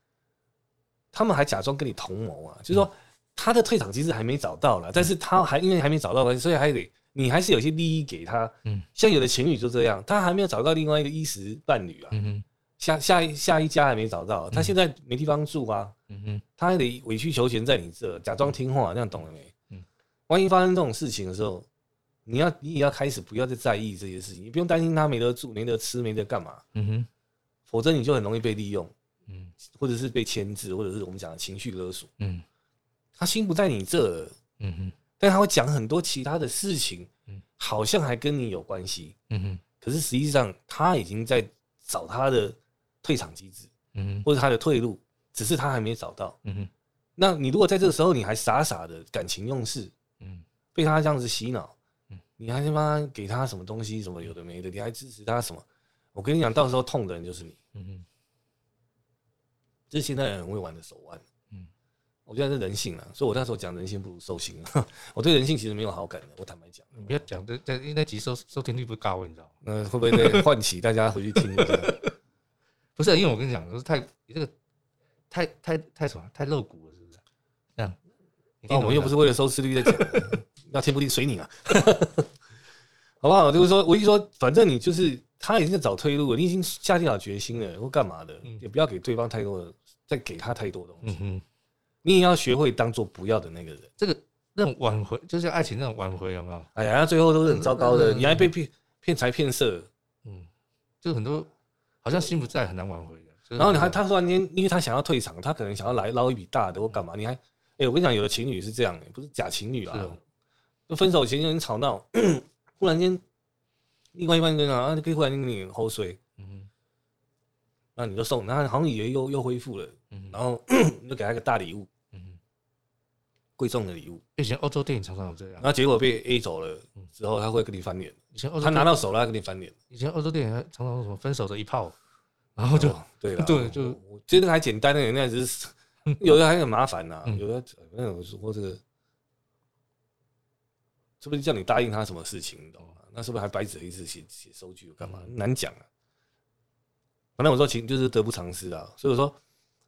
S2: 他们还假装跟你同谋啊，就是说他的退场机制还没找到了，但是
S1: 嗯
S2: 他还因为还没找到，所以还得你还是有一些利益给他。
S1: 嗯
S2: 像有的情侣就这样，他还没有找到另外一个衣食伴侣啊，
S1: 嗯哼，
S2: 下下一下一家还没找到，他现在没地方住啊，
S1: 嗯哼，
S2: 他还得委曲求全在你这，假装听话，这样懂了没
S1: 嗯？
S2: 万一发生这种事情的时候，你要你也要开始不要再在意这些事情，你不用担心他没得住、没得吃、没得干嘛。
S1: 嗯哼，
S2: 否则你就很容易被利用，
S1: 嗯
S2: 或者是被牵制，或者是我们讲的情绪勒索。
S1: 嗯
S2: 他心不在你这儿，
S1: 嗯哼，
S2: 但他会讲很多其他的事情
S1: 嗯，
S2: 好像还跟你有关系，
S1: 嗯哼，
S2: 可是实际上他已经在找他的退场机制
S1: 嗯哼，
S2: 或者他的退路，只是他还没找到。
S1: 嗯哼，
S2: 那你如果在这个时候你还傻傻的感情用事，
S1: 嗯
S2: 被他这样子洗脑
S1: 嗯，
S2: 你还他妈给他什么东西什么有的没的，你还支持他什么？我跟你讲，到时候痛的人就是你。
S1: 嗯哼，
S2: 这是现代人很会玩的手腕。
S1: 嗯
S2: 嗯，我觉得是人性啊，所以我那时候讲人性不如兽性啊。 我对人性其实没有好感的，我坦白讲，
S1: 你不要讲这这那集收收听率不高，你知道吗？
S2: 那会不会 再唤起大家回去听一下？
S1: 不是，因为我跟你讲，就是太你这个太太太什么啊太露骨了，是不是？这样，哦你
S2: 那
S1: 听
S2: 我们又
S1: 懂
S2: 不
S1: 吗
S2: 是为了收视 率在讲，要听不听随你啊， 好不好？就是说，我一说，反正你就是他已经在找退路了，你已经下定了决心了，或干嘛的，
S1: 嗯
S2: 也不要给对方太多的，再给他太多东西，
S1: 嗯哼，
S2: 你也要学会当做不要的那个人。
S1: 这个那种挽回，就像爱情那种挽回，有没有？
S2: 哎呀，最后都是很糟糕的，
S1: 嗯
S2: 你还被骗骗财骗色，
S1: 嗯，就很多好像心不在，很难挽回的。就是
S2: 然后你还他突然间，因为他想要退场，他可能想要来捞一笔大的或干嘛，你还，哎、我跟你讲，有的情侣是这样、欸，不是假情侣
S1: 是
S2: 啊
S1: 哦，
S2: 就分手前有人吵闹，忽然间另外一半跟你讲啊，可以忽然间跟你吼水，
S1: 嗯哼，
S2: 那你就送，那好像也又又恢复了，
S1: 嗯
S2: 然后 你就给他一个大礼物，
S1: 嗯，
S2: 贵重的礼物，
S1: 以前欧洲电影常常有这
S2: 然
S1: 样，
S2: 后结果被 A 走了之后，他会跟你翻脸，
S1: 以前欧洲
S2: 他拿到手了，他跟你翻脸，
S1: 以前欧洲电影常常有什么分手的一炮，然后就嗯
S2: 哦对了，
S1: 对就
S2: 我我觉得还简单的，那 只是有的还很麻烦呐，
S1: 嗯
S2: 有的那我说这个，是不是叫你答应他什么事情，你懂吗？那是不是还白纸黑字写写收据干
S1: 嗯
S2: 嘛？难讲啊。反正我说情就是得不偿失啊，所以我说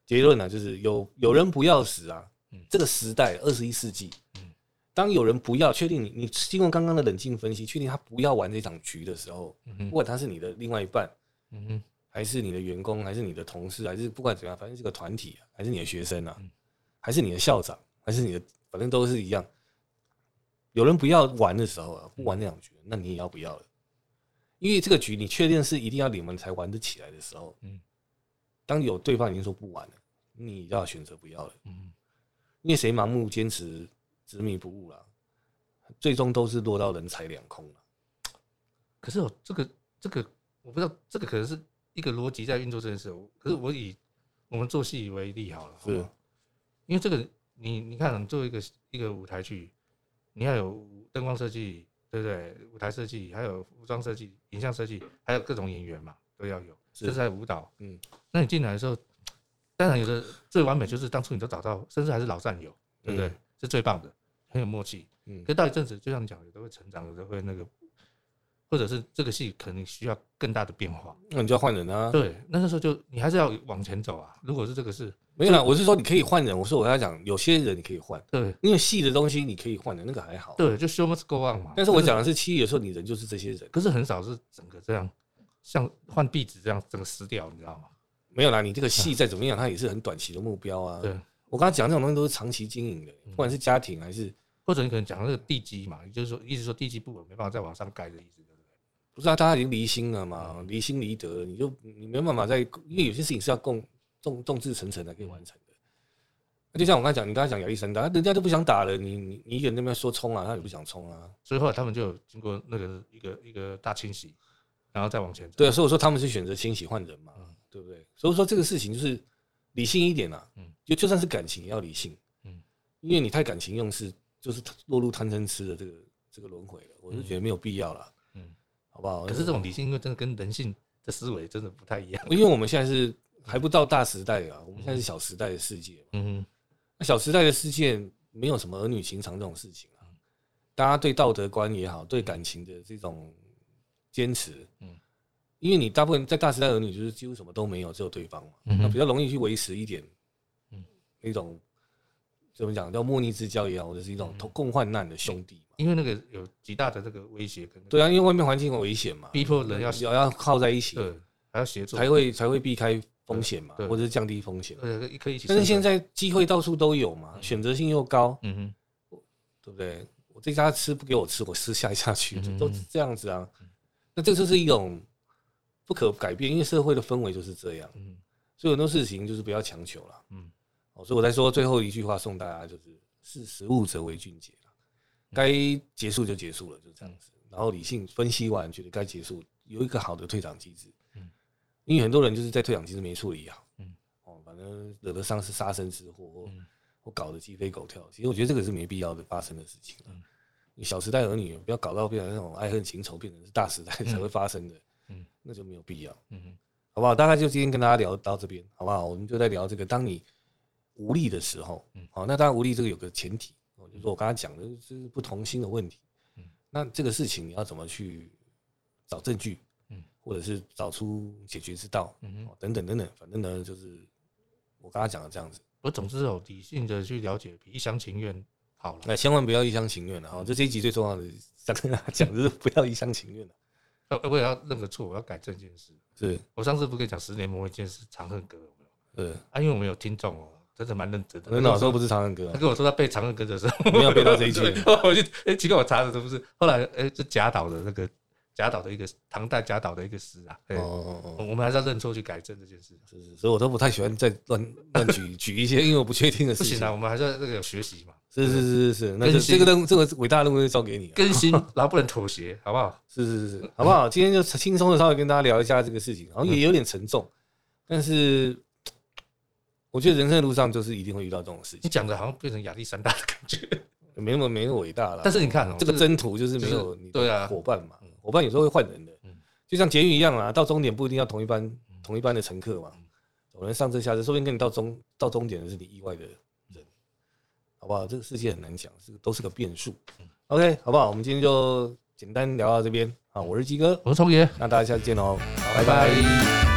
S2: 结论呢、啊就是有有人不要死啊
S1: 嗯，
S2: 这个时代二十一世纪
S1: 嗯，
S2: 当有人不要确定你你经过刚刚的冷静分析，确定他不要玩这场局的时候，
S1: 嗯
S2: 不
S1: 哼
S2: 管他是你的另外一半，
S1: 嗯哼
S2: 还是你的员工，还是你的同事，还是不管怎样，反正是个团体、啊，还是你的学生啊，
S1: 嗯
S2: 还是你的校长，还是你的，反正都是一样。有人不要玩的时候
S1: 嗯
S2: 啊，不玩那两局，那你也要不要了，因为这个局你确定是一定要你们才玩得起来的时候，
S1: 嗯
S2: 当有对方已经说不玩了，你要选择不要了，
S1: 嗯
S2: 因为谁盲目坚持执迷不悟了、最终都是落到人财两空了、
S1: 可是我这个这个我不知道，这个可能是一个逻辑在运作这件事。我可是我以我们做戏为例好了，好
S2: 是
S1: 吗因为这个你你看，啊你做一个一个舞台剧，你要有灯光设计，对不对？舞台设计，还有服装设计、影像设计，还有各种演员嘛，都要有。这
S2: 是
S1: 是在舞蹈，
S2: 嗯，
S1: 那你进来的时候，当然有的最完美就是当初你都找到，甚至还是老战友，对不对？
S2: 嗯
S1: 是最棒的，很有默契。
S2: 嗯
S1: 可到一阵子，就像你讲，有的会成长，有的会那个，或者是这个戏可能需要更大的变化。
S2: 那你就要换人啊。
S1: 嗯对，那个时候就你还是要往前走啊。如果是这个事，
S2: 没有啦，我是说你可以换人。我说我要讲，有些人你可以换，
S1: 对
S2: 因为细的东西你可以换的，那个还好。
S1: 对，嗯就 show must go on 嘛。
S2: 但是我讲的是七，有时候你人就是这些人，
S1: 可是很少是整个这样，像换壁纸这样整个撕掉，你知道吗？
S2: 没有啦，你这个戏再怎么样，它也是很短期的目标啊。
S1: 对，嗯
S2: 我刚刚讲这种东西都是长期经营的，不管是家庭还是
S1: 或者你可能讲那个地基嘛，也就是说一直说地基不稳，没办法再往上盖的意思，对不对？
S2: 不是啊，大家已经离心了
S1: 嗯
S2: 嘛，离心离德了，你就你没办法再，因为有些事情是要共众众志成城才可以完成的。那就像我刚才讲，你刚才讲亚历山大，人家都不想打了，你你你一个人在那边说冲啊，他也不想冲啊。
S1: 所以后来他们就有经过那个一个一个大清洗，然后再往前走。
S2: 对啊，所以我说他们是选择清洗换人嘛，对不对？所以说这个事情就是理性一点啦、
S1: 嗯
S2: 就就算是感情也要理性，
S1: 嗯
S2: 因为你太感情用事，就是落入贪嗔痴的这个这个轮回了，我是觉得没有必要啦，
S1: 嗯
S2: 好不好？
S1: 可是这种理性，因为真的跟人性的思维真的不太一样。
S2: 因为我们现在是还不到大时代啊，我们现在是小时代的世界嘛，
S1: 嗯
S2: 那小时代的世界没有什么儿女情长这种事情啊，大家对道德观也好，对感情的这种坚持，
S1: 嗯
S2: 嗯，因为你大部分在大时代儿女就是几乎什么都没有，只有对方嘛，
S1: 嗯哼
S2: 那比较容易去维持一点，
S1: 嗯
S2: 嗯，那种怎么讲叫莫逆之交也好，或者是一
S1: 嗯
S2: 种同共患难的兄弟嘛，
S1: 因为那个有极大的这个威胁跟
S2: 对啊，因为外面环境很危险嘛，
S1: 逼嗯迫人要
S2: 要要靠在一起，
S1: 对，还要协作，
S2: 才会才会避开风险嘛，
S1: 对对
S2: 或者是降低风险。
S1: 呃可以一起生存。
S2: 但是现在机会到处都有嘛，选择性又高，
S1: 嗯哼，
S2: 对不对？我这家吃不给我吃，我吃下一家去，
S1: 嗯
S2: 都是这样子啊。那这就是一种不可改变，因为社会的氛围就是这样，
S1: 嗯
S2: 所以很多事情就是不要强求了。
S1: 嗯
S2: 哦，所以我在说最后一句话送大家，就是识时务者为俊杰啦
S1: 嗯
S2: 该结束就结束了，就这样子。然后理性分析完，觉得该结束，有一个好的退场机制。
S1: 嗯
S2: 因为很多人就是在退场机制没处理好，
S1: 嗯
S2: 哦，反正惹得上是杀身之祸，或
S1: 嗯
S2: 或搞得鸡飞狗跳。其实我觉得这个是没必要的发生的事情啊。
S1: 嗯
S2: 你小时代儿女不要搞到变成那种爱恨情仇，变成是大时代才会发生的，
S1: 嗯
S2: 那就没有必要。
S1: 嗯哼
S2: 好不好？大概就今天跟大家聊到这边，好不好？我们就在聊这个，当你无力的时候，
S1: 嗯
S2: 好，那当然无力这个有个前提，哦就是我刚刚讲的，就是不同心的问题
S1: 嗯。
S2: 那这个事情你要怎么去找证据，
S1: 嗯
S2: 或者是找出解决之道，
S1: 嗯哼。
S2: 哦等等等等，反正呢就是我刚刚讲的这样子。
S1: 我总之有理性的去了解，比一厢情愿好了。
S2: 那千万不要一厢情愿了哈，这这一集最重要的想跟大家讲就是不要一厢情愿了，啊
S1: 呃，我也要认个错，我要改正这件事。
S2: 是
S1: 我上次不是跟你讲十年磨一剑是长恨歌有没有
S2: 是。
S1: 啊？因为我们有听众哦，真的蛮认真的。
S2: 那老师不是长恨歌
S1: 他
S2: 啊，
S1: 跟我说他背长恨歌的时候，
S2: 没有背到这 一句
S1: 我就哎、奇怪，我查的都不是。后来哎、这贾岛的那个贾岛的一个唐代贾岛的一个诗啊，哎
S2: 哦哦哦。
S1: 我们还是要认错去改正这件事。
S2: 是是，所以我都不太喜欢再乱乱 举举一些，因为我不确定的
S1: 不
S2: 事情。
S1: 行啊，我们还是要这个有学习 嘛，
S2: 是是是是是，那
S1: 更
S2: 这
S1: 新
S2: 这个任务这个伟大的任务就交给你啊 了。
S1: 更新，然后不能妥协，好不好？
S2: 是是是，好不好？今天就轻松的稍微跟大家聊一下这个事情，然后也有点沉重。但是我觉得人生的路上就是一定会遇到这种事
S1: 你
S2: 情，
S1: 讲的好像变成亚历山大的感 觉，
S2: 没那么没那么伟大了。
S1: 但是你看哦，
S2: 这个征途就是嗯没有
S1: 就是
S2: 你
S1: 对啊
S2: 的伙伴嘛，伙伴有时候会换人的
S1: 嗯，
S2: 就像捷运一样啊，到终点不一定要同一班同一班的乘客嘛，有人上车下车，说不定跟你到终到终点的是你意外的人，好不好？这个世界很难讲，这个都是个变数。OK，好不好？我们今天就简单聊到这边啊，我是鸡哥，
S1: 我是聪爷，
S2: 哦那大家下次见喽，好
S1: 拜
S2: 拜拜
S1: 拜